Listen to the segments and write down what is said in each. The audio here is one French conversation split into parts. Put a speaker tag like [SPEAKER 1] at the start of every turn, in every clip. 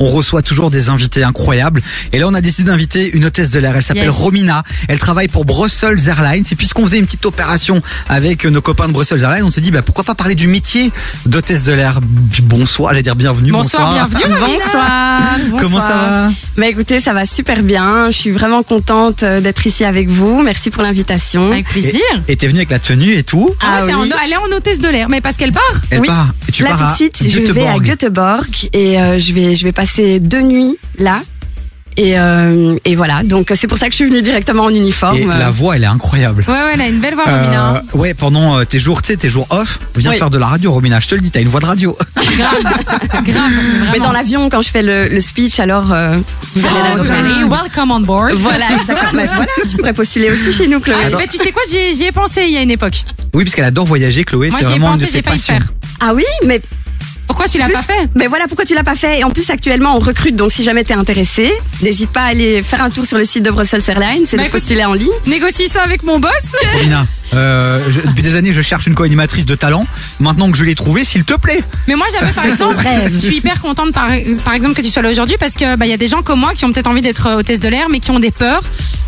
[SPEAKER 1] On reçoit toujours des invités incroyables. Et là, on a décidé d'inviter une hôtesse de l'air. Elle s'appelle
[SPEAKER 2] Yes.
[SPEAKER 1] Romina. Elle travaille pour Brussels Airlines. Et puisqu'on faisait une petite opération avec nos copains de Brussels Airlines, on s'est dit, bah, pourquoi pas parler du métier d'hôtesse de l'air. Bonsoir, j'allais dire bienvenue.
[SPEAKER 2] Bonsoir, bienvenue.
[SPEAKER 3] Bonsoir.
[SPEAKER 1] Comment
[SPEAKER 3] bonsoir.
[SPEAKER 1] ça va
[SPEAKER 3] Bah écoutez, ça va super bien. Je suis vraiment contente euh, d'être ici avec vous. Merci pour l'invitation.
[SPEAKER 2] Avec plaisir.
[SPEAKER 1] Hein Et t'es venue avec la tenue et tout
[SPEAKER 2] Ah,
[SPEAKER 3] Ah
[SPEAKER 2] ouais, t'es
[SPEAKER 3] oui.
[SPEAKER 2] en- elle est en hôtesse de l'air, mais parce qu'elle part.
[SPEAKER 1] Elle
[SPEAKER 3] Oui.
[SPEAKER 1] part. Et tu
[SPEAKER 3] là
[SPEAKER 1] pars
[SPEAKER 3] tout de
[SPEAKER 1] à
[SPEAKER 3] suite, je vais à
[SPEAKER 1] Göteborg.
[SPEAKER 3] Göteborg et euh, je vais je vais passer deux nuits là. Et, euh, et voilà, donc c'est pour ça que je suis venue directement en uniforme. euh,
[SPEAKER 1] Et la voix, elle est incroyable.
[SPEAKER 2] Ouais, ouais, elle a une belle voix, Romina.
[SPEAKER 1] Euh, ouais, pendant euh, tes jours, tu sais, tes jours off, viens
[SPEAKER 3] Oui.
[SPEAKER 1] faire de la radio, Romina. Je te le dis, t'as une voix de radio.
[SPEAKER 2] Grave, grave. Vraiment.
[SPEAKER 3] Mais dans l'avion, quand je fais le, le speech, alors euh, vous allez
[SPEAKER 2] Oh,
[SPEAKER 3] l'adopter.
[SPEAKER 2] Chloé, welcome on board.
[SPEAKER 3] Voilà, exactement. Bah, voilà, tu pourrais postuler aussi chez nous, Chloé.
[SPEAKER 2] Ah,
[SPEAKER 1] Attends.
[SPEAKER 2] mais tu sais quoi, j'y ai, j'y ai pensé il y a une époque.
[SPEAKER 1] Oui, parce qu'elle adore voyager, Chloé.
[SPEAKER 2] Moi,
[SPEAKER 1] C'est
[SPEAKER 2] j'y ai
[SPEAKER 1] vraiment une
[SPEAKER 2] pensé,
[SPEAKER 1] de ses
[SPEAKER 2] j'ai failli le
[SPEAKER 1] passions.
[SPEAKER 2] faire.
[SPEAKER 3] Ah oui, mais
[SPEAKER 2] Pourquoi tu l'as
[SPEAKER 3] plus.
[SPEAKER 2] pas fait
[SPEAKER 3] Mais Ben voilà pourquoi tu l'as pas fait. Et en plus, actuellement, on recrute. Donc, si jamais t'es intéressé, n'hésite pas à aller faire un tour sur le site de Brussels Airlines et
[SPEAKER 2] Bah,
[SPEAKER 3] de
[SPEAKER 2] écoute-
[SPEAKER 3] postuler en ligne.
[SPEAKER 2] Négocie ça avec mon boss.
[SPEAKER 1] Romina, euh, je- depuis des années, je cherche une co-animatrice de talent. Maintenant que je l'ai trouvée, s'il te plaît.
[SPEAKER 2] Mais moi, j'avais par exemple, je suis hyper contente par, par exemple que tu sois là aujourd'hui parce que bah, il y a des gens comme moi qui ont peut-être envie d'être euh, hôtesse de l'air mais qui ont des peurs.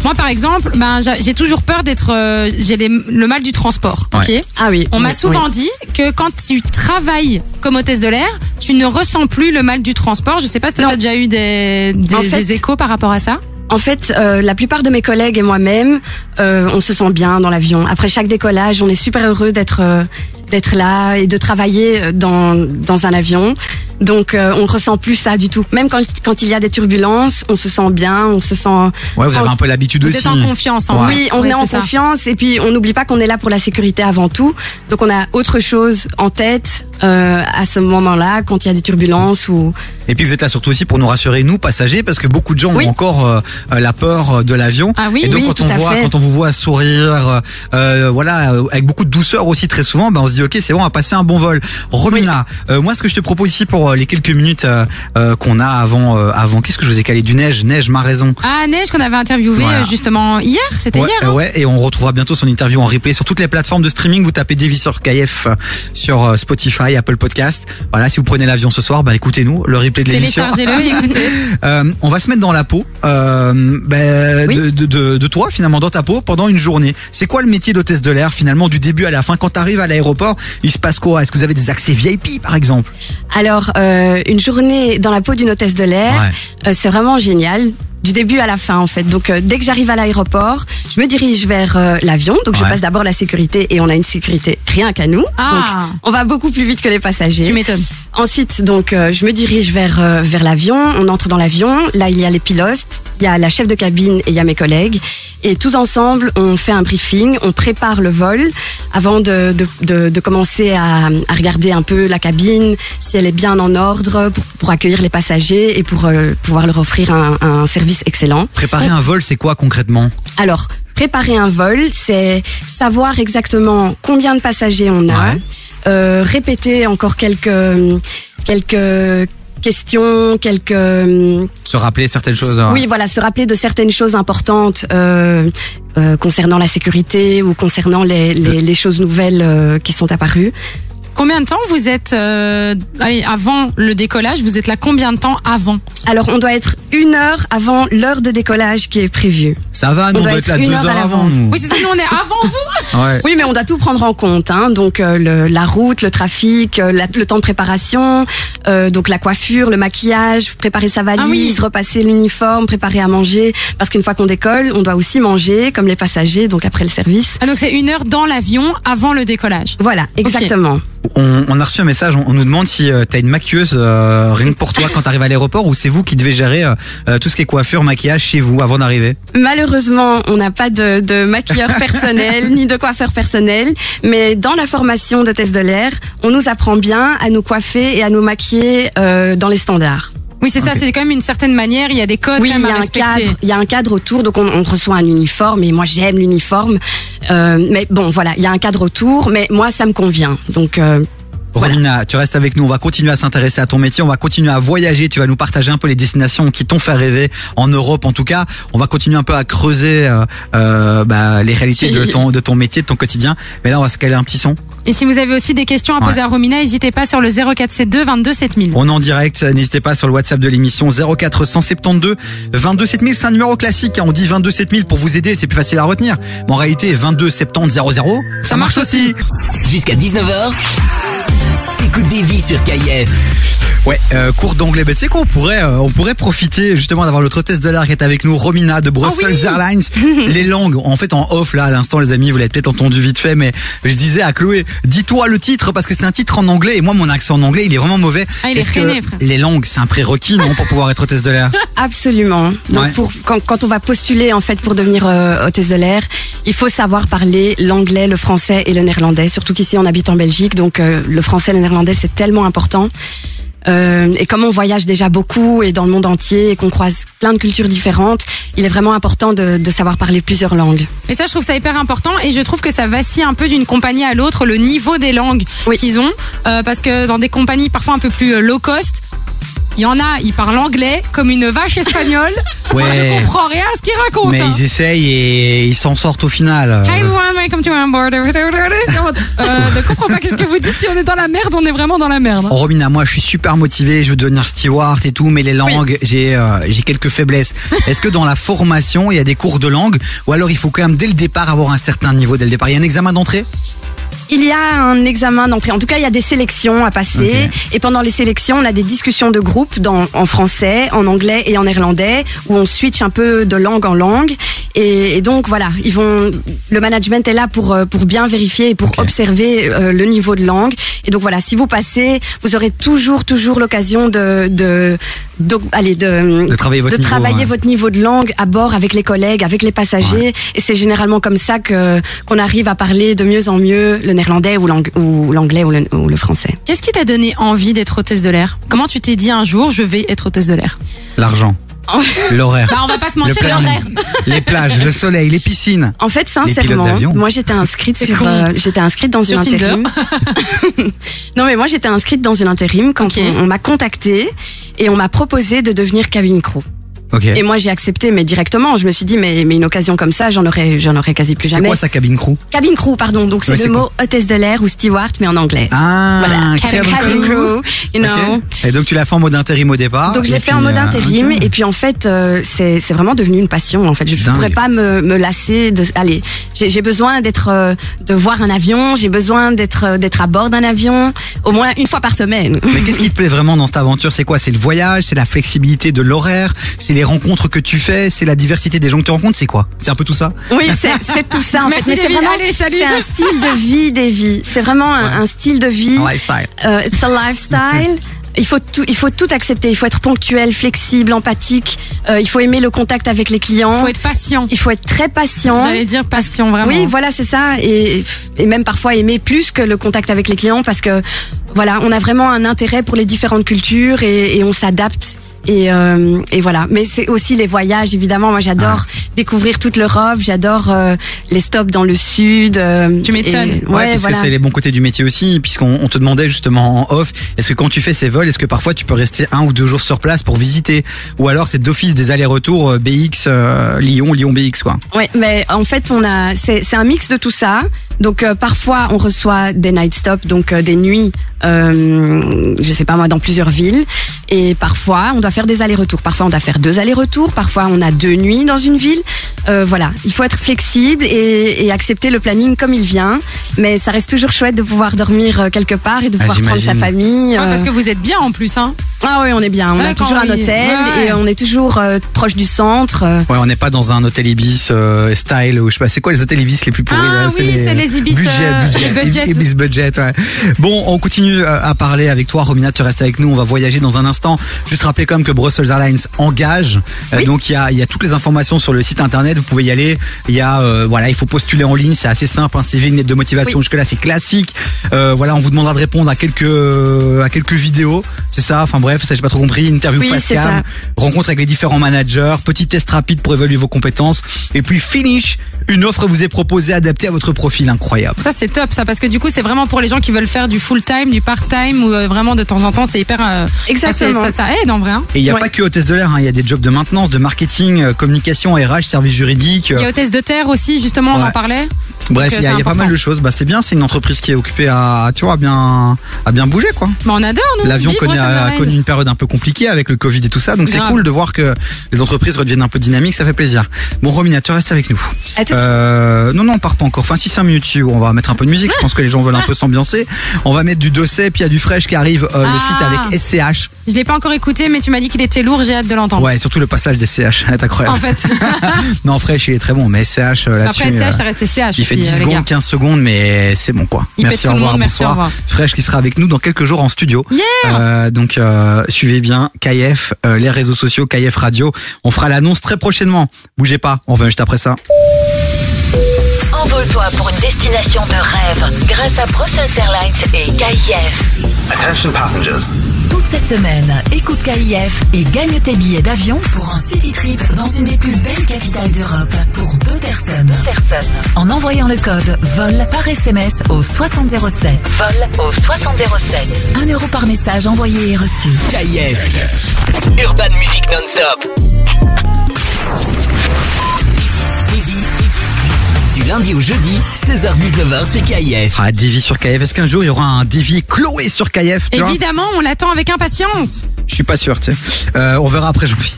[SPEAKER 2] Moi, par exemple, ben j'a- j'ai toujours peur d'être, euh, j'ai les- le mal du transport. ok
[SPEAKER 1] Ouais.
[SPEAKER 3] Ah oui.
[SPEAKER 2] On m'a
[SPEAKER 3] Oui,
[SPEAKER 2] souvent
[SPEAKER 3] oui.
[SPEAKER 2] dit que quand tu travailles comme hôtesse de l'air, tu ne ressens plus le mal du transport. Je sais pas si toi
[SPEAKER 3] Non.
[SPEAKER 2] t'as déjà eu des, des,
[SPEAKER 3] En fait-
[SPEAKER 2] des échos par rapport à ça.
[SPEAKER 3] En fait, euh, la plupart de mes collègues et moi-même, euh, on se sent bien dans l'avion. Après chaque décollage, on est super heureux d'être euh, d'être là et de travailler euh, dans dans un avion. Donc, euh, on ressent plus ça du tout. Même quand quand il y a des turbulences, on se sent bien, on se sent.
[SPEAKER 1] Ouais, vous
[SPEAKER 3] tranquille.
[SPEAKER 1] avez un peu l'habitude
[SPEAKER 2] Vous
[SPEAKER 1] aussi.
[SPEAKER 2] êtes en confiance. En
[SPEAKER 1] Ouais.
[SPEAKER 2] vrai.
[SPEAKER 3] Oui, on
[SPEAKER 2] Ouais,
[SPEAKER 3] est en
[SPEAKER 2] c'est ça.
[SPEAKER 3] confiance et puis on n'oublie pas qu'on est là pour la sécurité avant tout. Donc on a autre chose en tête euh, à ce moment-là quand il y a des turbulences ou
[SPEAKER 1] Et puis vous êtes là surtout aussi pour nous rassurer, nous passagers, parce que beaucoup de gens
[SPEAKER 3] Oui.
[SPEAKER 1] ont encore euh, euh, la peur euh, de l'avion.
[SPEAKER 2] Ah oui,
[SPEAKER 1] Et donc
[SPEAKER 3] oui,
[SPEAKER 1] quand
[SPEAKER 3] tout
[SPEAKER 1] on
[SPEAKER 3] à
[SPEAKER 1] voit,
[SPEAKER 3] fait.
[SPEAKER 1] quand on vous voit sourire, euh, euh, voilà, euh, avec beaucoup de douceur aussi très souvent, ben on se dit ok, c'est bon, on a passé un bon vol. Romina, euh, moi ce que je te propose ici pour euh, les quelques minutes euh, euh, qu'on a avant, euh, avant, qu'est-ce que je vous ai calé du neige, neige, ma raison.
[SPEAKER 2] Ah Neige qu'on avait interviewé
[SPEAKER 1] Voilà.
[SPEAKER 2] euh, justement hier, c'était
[SPEAKER 1] Ouais,
[SPEAKER 2] hier.
[SPEAKER 3] hein.
[SPEAKER 2] hein.
[SPEAKER 1] euh, ouais, et on retrouvera bientôt son interview en replay sur toutes les plateformes de streaming. Vous tapez Davis KF sur euh, Spotify, Apple Podcast. Voilà, si vous prenez l'avion ce soir, bah écoutez-nous, le replay de l'émission.
[SPEAKER 2] Téléchargez-le et écoutez.
[SPEAKER 1] Euh, on va se mettre dans la peau euh, ben,
[SPEAKER 3] Oui.
[SPEAKER 1] de, de- de- de toi, finalement, dans ta peau pendant une journée. C'est quoi le métier d'hôtesse de l'air, finalement, du début à la fin Quand t'arrives à l'aéroport, il se passe quoi Est-ce que vous avez des accès VIP, par exemple
[SPEAKER 3] alors euh, une journée dans la peau d'une hôtesse de l'air, euh, c'est vraiment génial du début à la fin en fait. Donc euh, dès que j'arrive à l'aéroport, je me dirige vers euh, l'avion. Donc je
[SPEAKER 1] Ouais.
[SPEAKER 3] passe d'abord la sécurité et on a une sécurité rien qu'à nous.
[SPEAKER 2] Ah.
[SPEAKER 3] Donc on va beaucoup plus vite que les passagers.
[SPEAKER 2] Tu m'étonnes.
[SPEAKER 3] Ensuite, donc, euh, je me dirige vers, euh, vers l'avion. On entre dans l'avion. Là, il y a les pilotes, il y a la chef de cabine et il y a mes collègues. Et tous ensemble, on fait un briefing, on prépare le vol avant de, de, de, de commencer à, à regarder un peu la cabine, si elle est bien en ordre pour, pour accueillir les passagers et pour euh, pouvoir leur offrir un, un service excellent.
[SPEAKER 1] Préparer un vol, c'est quoi concrètement
[SPEAKER 3] Alors, préparer un vol, c'est savoir exactement combien de passagers on a,
[SPEAKER 1] Ouais.
[SPEAKER 3] euh, répéter encore quelques quelques questions, quelques
[SPEAKER 1] Se rappeler certaines choses. hein.
[SPEAKER 3] oui voilà se rappeler de certaines choses importantes euh, euh, concernant la sécurité ou concernant les les, les choses nouvelles euh, qui sont apparues.
[SPEAKER 2] Combien de temps vous êtes euh, allez avant le décollage Vous êtes là combien de temps avant
[SPEAKER 3] Alors, on doit être une heure avant l'heure de décollage qui est prévue.
[SPEAKER 1] Ça va, nous, on
[SPEAKER 3] doit
[SPEAKER 1] doit être
[SPEAKER 3] être
[SPEAKER 1] là
[SPEAKER 3] une
[SPEAKER 1] deux
[SPEAKER 3] heure
[SPEAKER 1] heures
[SPEAKER 3] à
[SPEAKER 1] avant,
[SPEAKER 3] l'avance.
[SPEAKER 1] nous.
[SPEAKER 2] Oui, c'est ça. Nous on est avant vous.
[SPEAKER 1] Ouais.
[SPEAKER 3] Oui, mais on doit tout prendre en compte, hein. donc euh, le- la route, le trafic, euh, la- le temps de préparation, euh, donc la coiffure, le maquillage, préparer sa valise,
[SPEAKER 2] Ah oui.
[SPEAKER 3] repasser l'uniforme, préparer à manger, parce qu'une fois qu'on décolle, on doit aussi manger, comme les passagers, donc après le service.
[SPEAKER 2] Ah, donc c'est une heure dans l'avion avant le décollage.
[SPEAKER 3] Voilà, exactement.
[SPEAKER 1] On, on a reçu un message, on, on nous demande si euh, t'as une maquilleuse euh, rien que pour toi quand t'arrives à l'aéroport ou c'est vous qui devez gérer euh, euh, tout ce qui est coiffure, maquillage chez vous avant d'arriver.
[SPEAKER 3] Malheureusement, on n'a pas de, de maquilleur personnel ni de coiffeur personnel, mais dans la formation de test de l'air, on nous apprend bien à nous coiffer et à nous maquiller euh, dans les standards.
[SPEAKER 2] Oui, c'est ça.
[SPEAKER 1] Ok.
[SPEAKER 2] C'est quand même une certaine manière. Il y a des codes
[SPEAKER 3] Oui,
[SPEAKER 2] quand
[SPEAKER 3] il y
[SPEAKER 2] même à
[SPEAKER 3] a un
[SPEAKER 2] respecter.
[SPEAKER 3] cadre, il y a un cadre autour, donc on, on reçoit un uniforme et moi j'aime l'uniforme, Euh, mais bon voilà, il y a un cadre autour, mais moi ça me convient, donc euh,
[SPEAKER 1] Romina, tu restes avec nous. On va continuer à s'intéresser à ton métier. On va continuer à voyager. Tu vas nous partager un peu les destinations qui t'ont fait rêver en Europe, en tout cas. On va continuer un peu à creuser euh, euh, bah, les réalités de ton, de ton métier, de ton quotidien. Mais là, on va se caler un petit son.
[SPEAKER 2] Et si vous avez aussi des questions à poser à Romina, n'hésitez pas sur le 0472 22 7000.
[SPEAKER 1] On est en direct, n'hésitez pas sur le WhatsApp de l'émission 0472 22 7000, c'est un numéro classique, hein. on dit 22 7000 pour vous aider, c'est plus facile à retenir. Mais en réalité, 22 70 00, ça, marche
[SPEAKER 2] marche
[SPEAKER 1] aussi.
[SPEAKER 4] Jusqu'à 19h, écoute des vies sur KIF.
[SPEAKER 1] Ouais, euh, cours d'anglais, mais tu sais quoi, on pourrait, euh, on pourrait profiter justement d'avoir notre hôtesse de l'air qui est avec nous, Romina de Brussels
[SPEAKER 2] Ah oui.
[SPEAKER 1] Airlines. les langues, en fait en off là à l'instant les amis, vous l'avez peut-être entendu vite fait, mais je disais à Chloé, dis-toi le titre parce que c'est un titre en anglais et moi mon accent en anglais il est vraiment mauvais.
[SPEAKER 2] Ah, il est
[SPEAKER 1] Est-ce que
[SPEAKER 2] freiné, frère.
[SPEAKER 1] les langues c'est un prérequis non pour pouvoir être hôtesse de l'air
[SPEAKER 3] Absolument. Donc
[SPEAKER 1] Ouais.
[SPEAKER 3] pour, quand, quand on va postuler en fait pour devenir euh, hôtesse de l'air, il faut savoir parler l'anglais, le français et le néerlandais. Surtout qu'ici on habite en Belgique, donc euh, le français et le néerlandais c'est tellement important. Euh, et comme on voyage déjà beaucoup et dans le monde entier et qu'on croise plein de cultures différentes, il est vraiment important de, de savoir parler plusieurs langues.
[SPEAKER 2] Mais ça, je trouve ça hyper important et je trouve que ça vacille un peu d'une compagnie à l'autre, le niveau des langues
[SPEAKER 3] Oui.
[SPEAKER 2] qu'ils ont. Euh, parce que dans des compagnies parfois un peu plus euh, low cost, il y en a, ils parlent anglais comme une vache espagnole. Moi, je comprends rien à ce qu'ils racontent.
[SPEAKER 1] Mais
[SPEAKER 2] hein.
[SPEAKER 1] ils essayent et ils s'en sortent au final.
[SPEAKER 3] Ah
[SPEAKER 1] Euh,
[SPEAKER 2] Hi everyone, welcome to my board. Euh, ne comprends pas qu'est-ce que vous dites. Si on est dans la merde, on est vraiment dans la merde.
[SPEAKER 1] Oh, Robin, à moi, je suis super motivé, je veux devenir steward et tout, mais les langues, j'ai euh, j'ai quelques faiblesses. Est-ce que dans la formation, il y a des cours de langue ou alors il faut quand même dès le départ avoir un certain niveau dès le départ Il y a un examen d'entrée
[SPEAKER 3] Il y a un examen d'entrée. En tout cas, il y a des sélections à passer.
[SPEAKER 1] Ok.
[SPEAKER 3] Et pendant les sélections, on a des discussions de groupe dans, en français, en anglais et en néerlandais, où on switch un peu de langue en langue. Et, et donc voilà, ils vont. Le management est là pour euh, pour bien vérifier et pour
[SPEAKER 1] Ok.
[SPEAKER 3] observer euh, le niveau de langue. Et donc voilà, si vous passez, vous aurez toujours toujours l'occasion de de, de- allez, de
[SPEAKER 1] De travailler votre
[SPEAKER 3] de
[SPEAKER 1] niveau, hein.
[SPEAKER 3] travailler
[SPEAKER 1] ouais.
[SPEAKER 3] votre niveau de langue à bord avec les collègues, avec les passagers. Et c'est généralement comme ça que qu'on arrive à parler de mieux en mieux le néerlandais ou l'ang- ou l'anglais ou, le- ou le français.
[SPEAKER 2] Qu'est-ce qui t'a donné envie d'être hôtesse de l'air Comment tu t'es dit un jour, je vais être hôtesse de l'air
[SPEAKER 1] L'argent, l'horaire,
[SPEAKER 2] Bah, on va pas se
[SPEAKER 1] le
[SPEAKER 2] mentir,
[SPEAKER 1] planning,
[SPEAKER 2] l'horaire.
[SPEAKER 1] les plages, le soleil, les piscines.
[SPEAKER 3] En fait,
[SPEAKER 1] pilotes
[SPEAKER 3] sincèrement,
[SPEAKER 1] d'avion.
[SPEAKER 3] moi j'étais inscrite
[SPEAKER 2] C'est
[SPEAKER 3] sur,
[SPEAKER 2] con.
[SPEAKER 3] euh, j'étais inscrite dans
[SPEAKER 2] Sur
[SPEAKER 3] une
[SPEAKER 2] Tinder.
[SPEAKER 3] intérim. non mais moi j'étais inscrite dans une intérim quand
[SPEAKER 2] Ok.
[SPEAKER 3] on, on m'a contactée et on m'a proposé de devenir cabine crew.
[SPEAKER 1] Ok.
[SPEAKER 3] Et moi j'ai accepté mais directement. Je me suis dit mais, mais une occasion comme ça j'en aurais j'en aurais quasi plus
[SPEAKER 1] C'est
[SPEAKER 3] jamais.
[SPEAKER 1] quoi sa cabine crew
[SPEAKER 3] cabine crew pardon donc c'est
[SPEAKER 1] Ouais, c'est
[SPEAKER 3] le mot hôtesse de l'air ou steward mais en anglais.
[SPEAKER 1] Ah,
[SPEAKER 3] Voilà,
[SPEAKER 1] cabin
[SPEAKER 3] cabin
[SPEAKER 1] crew.
[SPEAKER 3] crew, you know.
[SPEAKER 1] Ok. Et donc tu l'as fait en mode intérim au départ.
[SPEAKER 3] Donc je
[SPEAKER 1] et
[SPEAKER 3] l'ai fait
[SPEAKER 1] puis,
[SPEAKER 3] en mode
[SPEAKER 1] euh,
[SPEAKER 3] intérim
[SPEAKER 1] ok.
[SPEAKER 3] et puis en fait euh, c'est c'est vraiment devenu une passion en fait. Je ne
[SPEAKER 1] Dingue.
[SPEAKER 3] pourrais pas me, me lasser de allez, j'ai j'ai besoin d'être euh, de voir un avion, j'ai besoin d'être euh, d'être à bord d'un avion au moins une fois par semaine.
[SPEAKER 1] Mais qu'est-ce qui te plaît vraiment dans cette aventure C'est quoi C'est le voyage, c'est la flexibilité de l'horaire, c'est les rencontres que tu fais, c'est la diversité des gens que tu rencontres, c'est quoi C'est un peu tout ça
[SPEAKER 3] Oui, c'est- c'est tout ça en
[SPEAKER 2] Merci,
[SPEAKER 3] fait. Mais c'est
[SPEAKER 2] Davy.
[SPEAKER 3] vraiment
[SPEAKER 2] Allez, salut.
[SPEAKER 3] c'est un style de vie des vies. C'est vraiment un, un style de vie.
[SPEAKER 2] Mm.
[SPEAKER 1] Un lifestyle.
[SPEAKER 3] Euh, it's a lifestyle. Il faut tout, il faut tout accepter. Il faut être ponctuel, flexible, empathique. Euh, il faut aimer le contact avec les clients.
[SPEAKER 2] Faut être patient.
[SPEAKER 3] Il faut être très patient.
[SPEAKER 2] J'allais dire patient, vraiment.
[SPEAKER 3] Oui, voilà, c'est ça. Et, et même parfois aimer plus que le contact avec les clients parce que, voilà, on a vraiment un intérêt pour les différentes cultures et, et on s'adapte. Et, euh, et voilà. Mais c'est aussi les voyages, évidemment. Moi, j'adore découvrir toute l'Europe. J'adore euh, les stops dans le sud. euh,
[SPEAKER 2] Tu m'étonnes.
[SPEAKER 3] et-
[SPEAKER 1] Ouais,
[SPEAKER 3] Ouais,
[SPEAKER 1] parce
[SPEAKER 3] voilà.
[SPEAKER 1] que c'est les bons côtés du métier aussi, puisqu'on on te demandait justement en off, est-ce que quand tu fais ces vols, est-ce que parfois tu peux rester un ou deux jours sur place pour visiter Ou alors c'est d'office des allers-retours euh, BX, euh, Lyon, Lyon BX quoi.
[SPEAKER 3] Ouais, mais en fait, on a, c'est, c'est un mix de tout ça. Donc euh, parfois, on reçoit des night stops, donc euh, des nuits, euh, je sais pas moi, dans plusieurs villes. Et parfois, on doit faire des allers-retours. Parfois, on doit faire deux allers-retours. Parfois, on a deux nuits dans une ville. Euh, voilà, il faut être flexible et, et accepter le planning comme il vient. Mais ça reste toujours chouette de pouvoir dormir euh, quelque part et de
[SPEAKER 1] Ah,
[SPEAKER 3] pouvoir prendre sa
[SPEAKER 1] j'imagine.
[SPEAKER 3] famille.
[SPEAKER 2] Ouais,
[SPEAKER 3] euh,
[SPEAKER 2] parce que vous êtes bien en plus, hein.
[SPEAKER 3] Ah oui, on est bien. On
[SPEAKER 2] Ouais,
[SPEAKER 3] a
[SPEAKER 2] quand
[SPEAKER 3] toujours un
[SPEAKER 2] on y-
[SPEAKER 3] hôtel
[SPEAKER 2] Ouais, Ah, ouais.
[SPEAKER 3] et on est toujours euh, proche du centre. euh,
[SPEAKER 1] Ouais, on n'est pas dans un hôtel Ibis euh, style ou je sais pas, c'est quoi les hôtels Ibis les plus pourris
[SPEAKER 2] Ah
[SPEAKER 1] là,
[SPEAKER 2] oui, c'est les Ibis,
[SPEAKER 1] budget,
[SPEAKER 2] euh,
[SPEAKER 1] budget,
[SPEAKER 2] les budgets.
[SPEAKER 1] Ibis budget, ouais. Bon, on continue euh, à parler avec toi Romina, tu restes avec nous, on va voyager dans un instant. Juste rappeler quand même que Brussels Airlines engage. Euh, donc il y a, il y a toutes les informations sur le site internet, vous pouvez y aller. Il y a euh, voilà, il faut postuler en ligne, c'est assez simple, hein, CV, une lettre de motivation jusque là, c'est classique. Euh, voilà, on vous demandera de répondre à quelques à quelques vidéos, c'est ça Enfin bref, ça j'ai pas trop compris, interview
[SPEAKER 3] Oui,
[SPEAKER 1] face
[SPEAKER 3] c'est
[SPEAKER 1] cam,
[SPEAKER 3] ça.
[SPEAKER 1] rencontre avec les différents managers, petit test rapide pour évaluer vos compétences, et puis finish, une offre vous est proposée adaptée à votre profil. hein. incroyable.
[SPEAKER 2] Ça c'est top ça parce que du coup c'est vraiment pour les gens qui veulent faire du full time, du part time ou euh, vraiment de temps en temps c'est hyper euh,
[SPEAKER 3] Exactement.
[SPEAKER 2] bah, c'est- ça, ça aide en vrai. hein.
[SPEAKER 1] Et il n'y a
[SPEAKER 3] Ouais.
[SPEAKER 1] pas que hôtesse de l'air, hein, il y a des jobs de maintenance, de marketing, euh, communication, RH, service juridique. euh,
[SPEAKER 2] Il y a hôtesse de terre aussi justement on
[SPEAKER 1] Ouais.
[SPEAKER 2] en parlait.
[SPEAKER 1] bref,
[SPEAKER 2] donc,
[SPEAKER 1] il y a,
[SPEAKER 2] c'est
[SPEAKER 1] il y a pas
[SPEAKER 2] important.
[SPEAKER 1] mal de choses. Bah, c'est bien, c'est une entreprise qui est occupée à, tu vois, à bien, à bien bouger, quoi.
[SPEAKER 2] Bah, on adore nous.
[SPEAKER 1] L'avion
[SPEAKER 2] vivre
[SPEAKER 1] connaît, a
[SPEAKER 2] Sunrise.
[SPEAKER 1] connu une période un peu compliquée avec le Covid et tout ça, donc c'est
[SPEAKER 2] Grave.
[SPEAKER 1] cool de voir que les entreprises redeviennent un peu dynamiques, ça fait plaisir. Bon, Romina, tu restes avec nous.
[SPEAKER 3] À tout de
[SPEAKER 1] Euh, non, non, on part pas encore. Enfin, si 5 minutes, si, on va mettre un peu de musique. Je pense que les gens veulent un peu
[SPEAKER 2] Ah.
[SPEAKER 1] s'ambiancer. On va mettre du Dossé, puis il y a du Fresh qui arrive, euh, le
[SPEAKER 2] Ah.
[SPEAKER 1] feat avec SCH.
[SPEAKER 2] Je l'ai pas encore écouté mais tu m'as dit qu'il était lourd, j'ai hâte de l'entendre.
[SPEAKER 1] Ouais, surtout le passage des CH, est
[SPEAKER 2] En
[SPEAKER 1] incroyable.
[SPEAKER 2] fait,
[SPEAKER 1] non, Fresh, il est très bon, mais SCH euh, là-dessus.
[SPEAKER 2] après
[SPEAKER 1] euh,
[SPEAKER 2] CH, ça reste CH
[SPEAKER 1] il fait
[SPEAKER 2] aussi, euh,
[SPEAKER 1] 10
[SPEAKER 2] les gars.
[SPEAKER 1] secondes, 15 secondes, mais c'est bon quoi.
[SPEAKER 2] Il pète
[SPEAKER 1] merci,
[SPEAKER 2] tout
[SPEAKER 1] au
[SPEAKER 2] le
[SPEAKER 1] revoir,
[SPEAKER 2] monde, merci,
[SPEAKER 1] bonsoir.
[SPEAKER 2] au revoir.
[SPEAKER 1] Fresh qui sera avec nous dans quelques jours en studio. Euh, donc euh, suivez bien KF, euh, les réseaux sociaux, KF Radio. On fera l'annonce très prochainement. Bougez pas, on revient juste après ça.
[SPEAKER 5] Envole-toi pour une destination de rêve grâce à Brussels Airlines et KIF.
[SPEAKER 6] Attention passengers.
[SPEAKER 7] Toute cette semaine, écoute KIF et gagne tes billets d'avion pour un city trip dans une des plus belles capitales d'Europe pour deux personnes.
[SPEAKER 5] Personne.
[SPEAKER 7] En envoyant le code VOL par SMS au 6007.
[SPEAKER 5] Vol au 6007.
[SPEAKER 7] 1 euro par message envoyé et reçu.
[SPEAKER 4] KIF,
[SPEAKER 5] Urban Music Non-Stop.
[SPEAKER 4] du lundi au jeudi, 16h-19h sur KIF.
[SPEAKER 1] Ah, Divi sur KF. Est-ce qu'un jour il y aura un Divi Chloé sur KF tu vois
[SPEAKER 2] Évidemment, on l'attend avec impatience.
[SPEAKER 1] Je suis pas sûr, tu sais. Euh, on verra après janvier.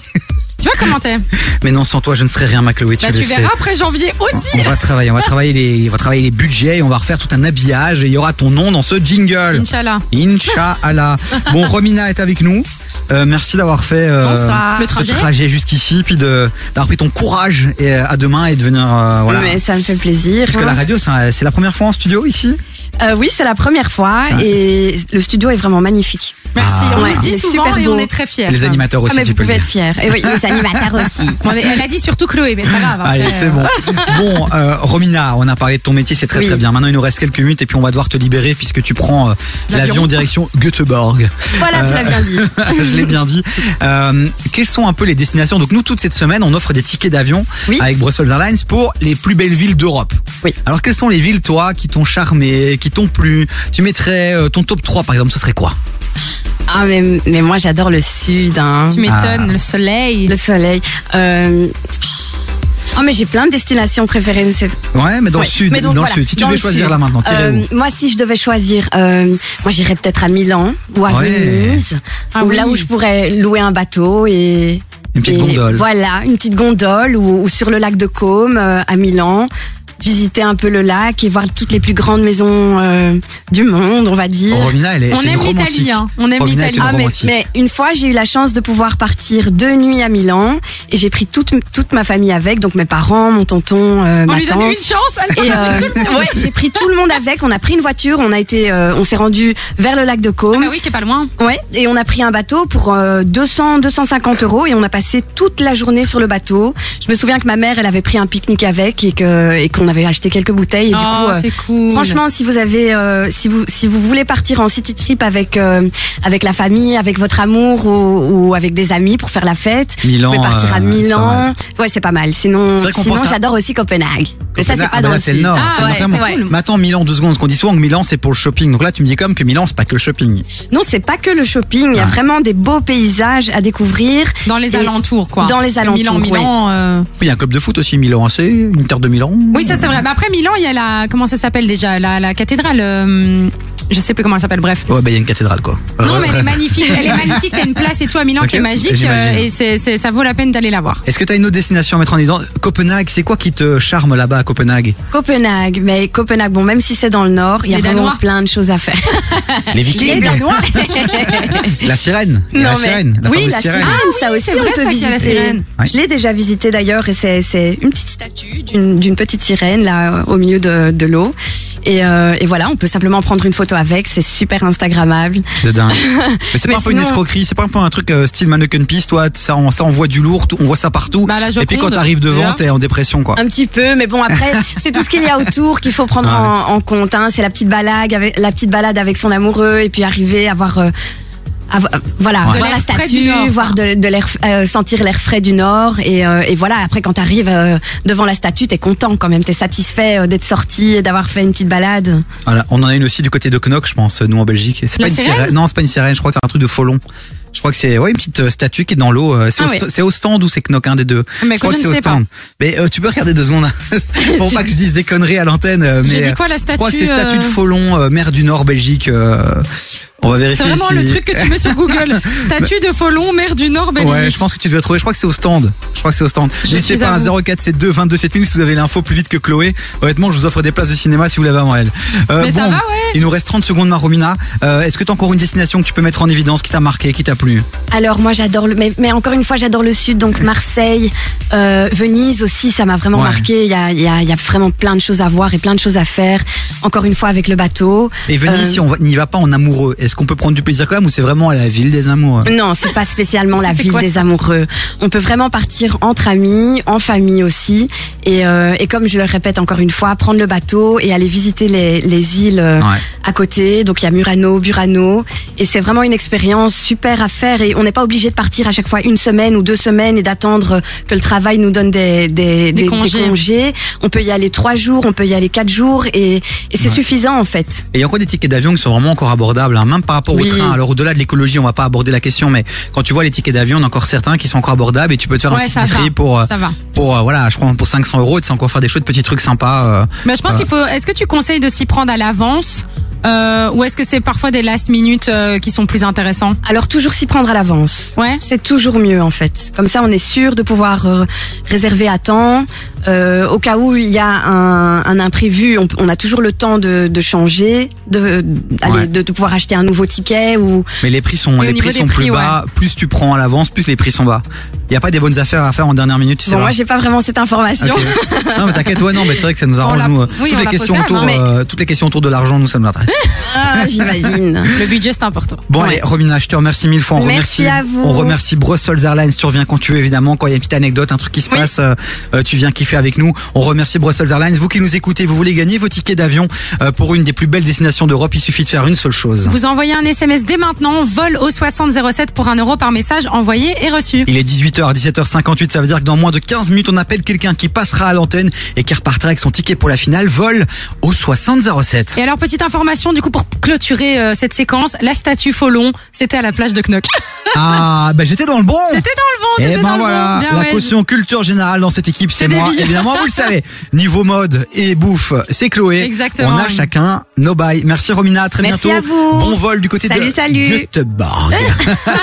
[SPEAKER 2] Tu vois comment t'es
[SPEAKER 1] Mais non, sans toi, je ne serais rien, ma Chloé. Tu,
[SPEAKER 2] Bah,
[SPEAKER 1] le
[SPEAKER 2] tu
[SPEAKER 1] sais.
[SPEAKER 2] verras après janvier aussi.
[SPEAKER 1] On va travailler, on va travailler les, on va travailler les budgets, et on va refaire tout un habillage et il y aura ton nom dans ce jingle.
[SPEAKER 2] Inch'Allah.
[SPEAKER 1] Inch'Allah. Bon, Romina est avec nous. Euh, merci d'avoir fait euh,
[SPEAKER 3] Bonsoir.
[SPEAKER 2] Le
[SPEAKER 1] ce
[SPEAKER 2] trajet.
[SPEAKER 1] trajet jusqu'ici, puis de- d'avoir pris ton courage et, euh, à demain et de venir. euh, voilà.
[SPEAKER 3] Mais ça me fait plaisir.
[SPEAKER 1] Parce que
[SPEAKER 3] hein.
[SPEAKER 1] la radio, ça- c'est la première fois en studio ici.
[SPEAKER 3] Euh, oui, c'est la première fois et le studio est vraiment magnifique.
[SPEAKER 2] Merci. on
[SPEAKER 3] Ouais,
[SPEAKER 2] le dit
[SPEAKER 3] il est
[SPEAKER 2] souvent
[SPEAKER 3] super
[SPEAKER 2] et
[SPEAKER 3] beau.
[SPEAKER 2] on est très fiers.
[SPEAKER 1] Ah. Les animateurs aussi,
[SPEAKER 3] ah, mais
[SPEAKER 1] tu
[SPEAKER 3] vous
[SPEAKER 1] peux le
[SPEAKER 3] pouvez
[SPEAKER 1] dire.
[SPEAKER 3] être fiers. Et oui, les animateurs aussi.
[SPEAKER 2] Bon, elle a dit surtout Chloé, mais c'est pas grave.
[SPEAKER 1] Allez,
[SPEAKER 2] après,
[SPEAKER 1] c'est
[SPEAKER 2] euh,
[SPEAKER 1] bon. Bon, euh, Romina, on a parlé de ton métier, c'est très
[SPEAKER 3] Oui.
[SPEAKER 1] très bien. Maintenant, il nous reste quelques minutes et puis on va devoir te libérer puisque tu prends euh, l'avion direction Göteborg.
[SPEAKER 3] Voilà,
[SPEAKER 1] Euh,
[SPEAKER 3] tu l'as bien dit.
[SPEAKER 1] je l'ai bien dit. Euh, quelles sont un peu les destinations Donc nous, toute cette semaine, on offre des tickets d'avion
[SPEAKER 3] Oui.
[SPEAKER 1] avec Brussels Airlines pour les plus belles villes d'Europe.
[SPEAKER 3] Oui.
[SPEAKER 1] Alors quelles sont les villes, toi, qui t'ont charmé, qui t'ont plu Tu mettrais euh, ton top 3, par exemple, ce serait quoi
[SPEAKER 3] Ah, mais, mais moi, j'adore le sud. Hein.
[SPEAKER 2] Tu m'étonnes, le soleil.
[SPEAKER 3] Le soleil. Euh... Oh, mais j'ai plein de destinations préférées. mais c'est-
[SPEAKER 1] Ouais, mais dans
[SPEAKER 3] Ouais.
[SPEAKER 1] le sud.
[SPEAKER 3] Mais donc,
[SPEAKER 1] dans
[SPEAKER 3] voilà,
[SPEAKER 1] le sud. Si tu
[SPEAKER 3] dans
[SPEAKER 1] devais
[SPEAKER 3] le
[SPEAKER 1] choisir
[SPEAKER 3] sud.
[SPEAKER 1] là maintenant, t'irais
[SPEAKER 3] Euh, moi, si je devais choisir, euh, moi, j'irais peut-être à Milan ou à
[SPEAKER 1] Ouais.
[SPEAKER 3] Venise,
[SPEAKER 2] Ah
[SPEAKER 3] ou
[SPEAKER 2] oui.
[SPEAKER 3] là où je pourrais louer un bateau et
[SPEAKER 1] Une petite
[SPEAKER 3] et
[SPEAKER 1] gondole.
[SPEAKER 3] Voilà, une petite gondole ou, ou sur le lac de Caume euh, à Milan, visiter un peu le lac et voir toutes les plus grandes maisons euh, du monde, on va
[SPEAKER 1] où
[SPEAKER 3] dire.
[SPEAKER 1] Oh, Romina, elle est.
[SPEAKER 2] On
[SPEAKER 1] c'est une
[SPEAKER 2] aime
[SPEAKER 1] romantique.
[SPEAKER 2] l'Italie, hein. On aime
[SPEAKER 1] Romina est
[SPEAKER 2] l'Italie.
[SPEAKER 1] une
[SPEAKER 2] Ah,
[SPEAKER 3] mais,
[SPEAKER 1] romantique.
[SPEAKER 3] mais une fois, j'ai eu la chance de pouvoir partir deux nuits à Milan et j'ai pris toute, toute ma famille avec, donc mes parents, mon tonton, euh,
[SPEAKER 2] On
[SPEAKER 3] ma
[SPEAKER 2] lui donne
[SPEAKER 3] tante.
[SPEAKER 2] une chance. alors.
[SPEAKER 3] Et euh, ouais, j'ai pris tout le monde avec. On a pris une voiture, on a été, euh, on s'est rendu vers le lac de
[SPEAKER 2] Ah
[SPEAKER 3] Caume.
[SPEAKER 2] bah oui, qui est pas loin.
[SPEAKER 3] Ouais, et on a pris un bateau pour euh, 200, 250 euros et on a passé toute la journée sur le bateau. Je me souviens que ma mère, elle avait pris un pique-nique avec et que et qu'on avait acheté quelques bouteilles. Et du
[SPEAKER 2] Oh,
[SPEAKER 3] coup, euh,
[SPEAKER 2] c'est cool.
[SPEAKER 3] Franchement, si vous avez, euh, si vous, si vous voulez partir en city trip avec euh, avec la famille, avec votre amour ou, ou avec des amis pour faire la fête,
[SPEAKER 1] Milan,
[SPEAKER 3] vous pouvez partir à
[SPEAKER 1] euh, c'est pas mal.
[SPEAKER 3] Milan. Ouais, c'est pas mal. Sinon,
[SPEAKER 1] C'est vrai qu'on
[SPEAKER 3] sinon
[SPEAKER 1] pense à-
[SPEAKER 3] j'adore aussi Copenhague. Mais ça, c'est
[SPEAKER 1] Copenhague, ah,
[SPEAKER 3] pas
[SPEAKER 1] bah
[SPEAKER 3] dans
[SPEAKER 1] là,
[SPEAKER 3] le
[SPEAKER 1] c'est le
[SPEAKER 3] sud.
[SPEAKER 1] nord.
[SPEAKER 2] Ah
[SPEAKER 1] c'est
[SPEAKER 2] ouais,
[SPEAKER 1] le nord,
[SPEAKER 2] c'est
[SPEAKER 1] vraiment.
[SPEAKER 2] cool.
[SPEAKER 1] Mais attends, Milan, deux secondes. Ce qu'on dit souvent que Milan, c'est pour le shopping. Donc là, tu me dis comme que Milan, c'est pas que le shopping.
[SPEAKER 3] Non, c'est pas que le shopping. Il
[SPEAKER 1] Ah.
[SPEAKER 3] y a vraiment des beaux paysages à découvrir.
[SPEAKER 2] Dans les
[SPEAKER 3] Et-
[SPEAKER 2] alentours, quoi.
[SPEAKER 3] Dans les
[SPEAKER 2] Milan,
[SPEAKER 3] alentours,
[SPEAKER 2] Milan. euh,
[SPEAKER 1] Oui, Il y a un club de foot aussi, Milan. hein, C'est une terre de Milan.
[SPEAKER 2] Oui, ça c'est vrai. Bah, après Milan, il y a la. Comment ça s'appelle déjà la, la cathédrale. euh, Je sais plus comment elle s'appelle, bref.
[SPEAKER 1] Ouais, bah il y a une cathédrale quoi.
[SPEAKER 2] Non, mais elle est magnifique. Elle est magnifique. T'as une place et tout à Milan
[SPEAKER 1] Ok,
[SPEAKER 2] qui est magique. euh,
[SPEAKER 1] j'imagine.
[SPEAKER 2] Et c'est c'est- ça vaut la peine d'aller la voir.
[SPEAKER 1] Est-ce que t'as une autre destination à mettre en disant Copenhague, c'est quoi qui te charme là-bas à Copenhague
[SPEAKER 3] Copenhague, mais Copenhague, bon, même si c'est dans le nord, il y a
[SPEAKER 2] Les
[SPEAKER 3] vraiment
[SPEAKER 2] Danois.
[SPEAKER 3] plein de choses à faire.
[SPEAKER 1] Ah, Les
[SPEAKER 2] Les
[SPEAKER 1] Vikings
[SPEAKER 2] Danois.
[SPEAKER 1] La sirène Il y a La
[SPEAKER 3] Non, mais-
[SPEAKER 1] sirène La
[SPEAKER 3] oui,
[SPEAKER 1] fameuse
[SPEAKER 3] la
[SPEAKER 1] bah, sirène.
[SPEAKER 3] sirène, ça aussi,
[SPEAKER 2] Ah c'est vrai,
[SPEAKER 3] on peut
[SPEAKER 2] ça, qu'il y a
[SPEAKER 3] visiter.
[SPEAKER 2] la sirène.
[SPEAKER 1] Ouais.
[SPEAKER 3] Je l'ai déjà visité d'ailleurs, et c'est, c'est une petite statue d'une, d'une petite sirène là au milieu de, de l'eau. Et, euh, et voilà, on peut simplement prendre une photo avec, c'est super instagrammable.
[SPEAKER 1] Ah. De dingue. Mais c'est pas
[SPEAKER 3] Mais
[SPEAKER 1] un peu une
[SPEAKER 3] sinon-
[SPEAKER 1] escroquerie, c'est pas un peu un truc euh, style Mannequin Peace, toi, ça on, ça on voit du lourd, tout- on voit ça partout.
[SPEAKER 2] Bah, la
[SPEAKER 1] Et puis quand
[SPEAKER 2] Joconde,
[SPEAKER 1] t'arrives devant,
[SPEAKER 2] là.
[SPEAKER 1] t'es en dépression quoi.
[SPEAKER 3] Un petit peu, mais bon après, c'est tout ce qu'il y a autour qu'il faut prendre en, en compte. Hein. C'est la petite balade avec la petite balade avec son amoureux, et puis arriver à avoir euh, av- euh, voilà,
[SPEAKER 2] De
[SPEAKER 3] voir
[SPEAKER 2] l'air
[SPEAKER 3] la
[SPEAKER 2] frais du
[SPEAKER 3] statue,
[SPEAKER 2] Nord, quoi.
[SPEAKER 3] voir de, de l'air, euh, sentir l'air frais du Nord. Et, euh, et voilà, après, quand t'arrives euh, devant la statue, t'es content quand même, t'es satisfait euh, d'être sorti et d'avoir fait une petite balade.
[SPEAKER 1] Voilà, on en a une aussi du côté de Knock, je pense, nous en Belgique. C'est
[SPEAKER 2] La
[SPEAKER 1] pas une
[SPEAKER 2] sirène
[SPEAKER 1] Non, c'est pas une sirène, je crois que c'est un truc de folon. Je crois que c'est ouais, une petite euh, statue qui est dans l'eau. euh, C'est
[SPEAKER 3] Ah
[SPEAKER 1] au,
[SPEAKER 3] oui.
[SPEAKER 1] sta- c'est au stand ou c'est Knock, un des deux
[SPEAKER 2] Ah, Mais
[SPEAKER 1] Je crois
[SPEAKER 2] je
[SPEAKER 1] que
[SPEAKER 2] ne
[SPEAKER 1] c'est au
[SPEAKER 2] sais pas.
[SPEAKER 1] stand. Mais euh, tu peux regarder deux secondes, pour pas que je dise des conneries à l'antenne. euh,
[SPEAKER 2] J'ai
[SPEAKER 1] mais
[SPEAKER 2] dit
[SPEAKER 1] euh,
[SPEAKER 2] quoi, la
[SPEAKER 1] Je crois que c'est
[SPEAKER 2] statue,
[SPEAKER 1] statue de
[SPEAKER 2] euh,
[SPEAKER 1] folon, euh, mer du Nord, Belgique. euh, on va
[SPEAKER 2] C'est
[SPEAKER 1] vérifier.
[SPEAKER 2] vraiment
[SPEAKER 1] si-
[SPEAKER 2] le truc que tu mets sur Google. Statue de Folon, maire du Nord, Belgique.
[SPEAKER 1] Ouais, je pense que tu devais trouver. Je crois que c'est au stand. Je crois que c'est au stand.
[SPEAKER 2] Je
[SPEAKER 1] N'hésitez
[SPEAKER 2] suis
[SPEAKER 1] pas
[SPEAKER 2] à
[SPEAKER 1] à
[SPEAKER 2] vous.
[SPEAKER 1] 0472 22 7000 si vous avez l'info plus vite que Chloé. Honnêtement, je vous offre des places de cinéma si vous l'avez avant elle. Euh,
[SPEAKER 2] Mais ça
[SPEAKER 1] bon,
[SPEAKER 2] va, ouais.
[SPEAKER 1] Il nous reste 30 secondes, Maromina. Euh, Est-ce que t'as encore une destination que tu peux mettre en évidence qui t'a marqué, qui t'a plu
[SPEAKER 3] Alors moi j'adore le mais, mais encore une fois j'adore le sud donc Marseille euh, Venise aussi ça m'a vraiment
[SPEAKER 1] Ouais.
[SPEAKER 3] marqué il y a, il y, a, il y a vraiment plein de choses à voir et plein de choses à faire encore une fois avec le bateau
[SPEAKER 1] Et Venise,
[SPEAKER 3] Euh,
[SPEAKER 1] si on va- n'y va pas en amoureux, est-ce qu'on peut prendre du plaisir quand même ou c'est vraiment la ville des amours
[SPEAKER 2] Mm.
[SPEAKER 3] non c'est pas spécialement la
[SPEAKER 2] C'était
[SPEAKER 3] ville
[SPEAKER 2] quoi,
[SPEAKER 3] des amoureux on peut vraiment partir entre amis en famille aussi et, euh, et comme je le répète encore une fois prendre le bateau et aller visiter les, les îles euh,
[SPEAKER 1] Ouais.
[SPEAKER 3] à côté donc il y a Murano Burano et c'est vraiment une expérience super à faire et on n'est pas obligé de partir à chaque fois une semaine ou deux semaines et d'attendre que le travail nous donne des, des,
[SPEAKER 2] Des congés.
[SPEAKER 3] on peut y aller trois jours on peut y aller quatre jours et, et c'est suffisant en fait
[SPEAKER 1] Et il y a encore des tickets d'avion qui sont vraiment encore abordables, hein, même par rapport
[SPEAKER 3] Oui.
[SPEAKER 1] au train. Alors au-delà de l'écologie, on va pas aborder la question, mais quand tu vois les tickets d'avion, il y en a encore certains qui sont encore abordables et tu peux te faire un
[SPEAKER 2] Ouais,
[SPEAKER 1] petit
[SPEAKER 2] ça va.
[SPEAKER 1] tri pour, euh,
[SPEAKER 2] Ça va.
[SPEAKER 1] pour euh, voilà, je crois pour 500 euros, tu sais encore faire des chouettes petits trucs sympas. euh,
[SPEAKER 2] Mais je pense qu'il faut. Est-ce que tu conseilles de s'y prendre à l'avance euh, ou est-ce que c'est parfois des last minutes euh, qui sont plus intéressants
[SPEAKER 3] alors toujours s'y prendre à l'avance
[SPEAKER 2] Ouais.
[SPEAKER 3] c'est toujours mieux en fait. Comme ça, on est sûr de pouvoir euh, réserver à temps. Euh, au cas où il y a un, un imprévu, on, on a toujours le temps de, de changer, de, d'aller-
[SPEAKER 1] Ouais.
[SPEAKER 3] de, de pouvoir acheter un nouveau ticket ou
[SPEAKER 1] Mais les prix sont,
[SPEAKER 2] Et au
[SPEAKER 1] les
[SPEAKER 2] niveau
[SPEAKER 1] prix
[SPEAKER 2] des
[SPEAKER 1] sont plus
[SPEAKER 2] prix,
[SPEAKER 1] bas. Plus tu prends à l'avance, plus les prix sont bas. Il y a pas des bonnes affaires à faire en dernière minute, tu sais.
[SPEAKER 3] Bon, moi,
[SPEAKER 1] pas.
[SPEAKER 3] j'ai pas vraiment cette information.
[SPEAKER 1] Ok. non mais t'inquiète, ouais non mais c'est vrai que ça nous arrange
[SPEAKER 2] On la-
[SPEAKER 1] nous. euh,
[SPEAKER 2] oui, on
[SPEAKER 1] toutes les
[SPEAKER 2] la
[SPEAKER 1] questions
[SPEAKER 2] pose quand
[SPEAKER 1] autour,
[SPEAKER 2] même, hein,
[SPEAKER 1] euh, toutes les questions autour de l'argent, nous ça nous intéresse.
[SPEAKER 3] Ah, j'imagine.
[SPEAKER 2] Le budget c'est important.
[SPEAKER 1] Bon
[SPEAKER 3] Ouais.
[SPEAKER 1] allez, Romina, je te remercie mille fois. On
[SPEAKER 3] Merci
[SPEAKER 1] remercie,
[SPEAKER 3] à vous.
[SPEAKER 1] on remercie Brussels Airlines. Tu reviens quand tu veux évidemment. Quand il y a une petite anecdote, un truc qui se passe, euh, euh, tu viens kiffer avec nous. On remercie Brussels Airlines. Vous qui nous écoutez, vous voulez gagner vos tickets d'avion euh, pour une des plus belles destinations d'Europe. Il suffit de faire une seule chose.
[SPEAKER 2] Vous envoyez un SMS dès maintenant, vol au 6007 pour 1 euro par message envoyé et reçu.
[SPEAKER 1] Il est 18h, 17h58, ça veut dire que dans moins de 15 minutes, on appelle quelqu'un qui passera à l'antenne et qui repartira avec son ticket pour la finale, vol au 6007.
[SPEAKER 2] Et alors, petite information, du coup, pour clôturer euh, cette séquence, la statue Folon, c'était à la plage de Knock.
[SPEAKER 1] Ah, ben j'étais dans le bon
[SPEAKER 2] C'était dans le vent,
[SPEAKER 1] Et
[SPEAKER 2] c'était
[SPEAKER 1] ben
[SPEAKER 2] dans
[SPEAKER 1] voilà,
[SPEAKER 2] le vent. Bien
[SPEAKER 1] la
[SPEAKER 2] ouais,
[SPEAKER 1] caution culture générale dans cette équipe, c'est
[SPEAKER 2] C'est
[SPEAKER 1] moi.
[SPEAKER 2] Davy.
[SPEAKER 1] Évidemment, vous le savez. Niveau mode et bouffe, c'est Chloé.
[SPEAKER 2] Exactement.
[SPEAKER 1] On a chacun nos bails. Merci Romina, à très
[SPEAKER 3] Merci
[SPEAKER 1] bientôt.
[SPEAKER 3] à vous.
[SPEAKER 1] Bon vol du côté
[SPEAKER 3] Salut,
[SPEAKER 1] de
[SPEAKER 3] salut.
[SPEAKER 1] Göteborg.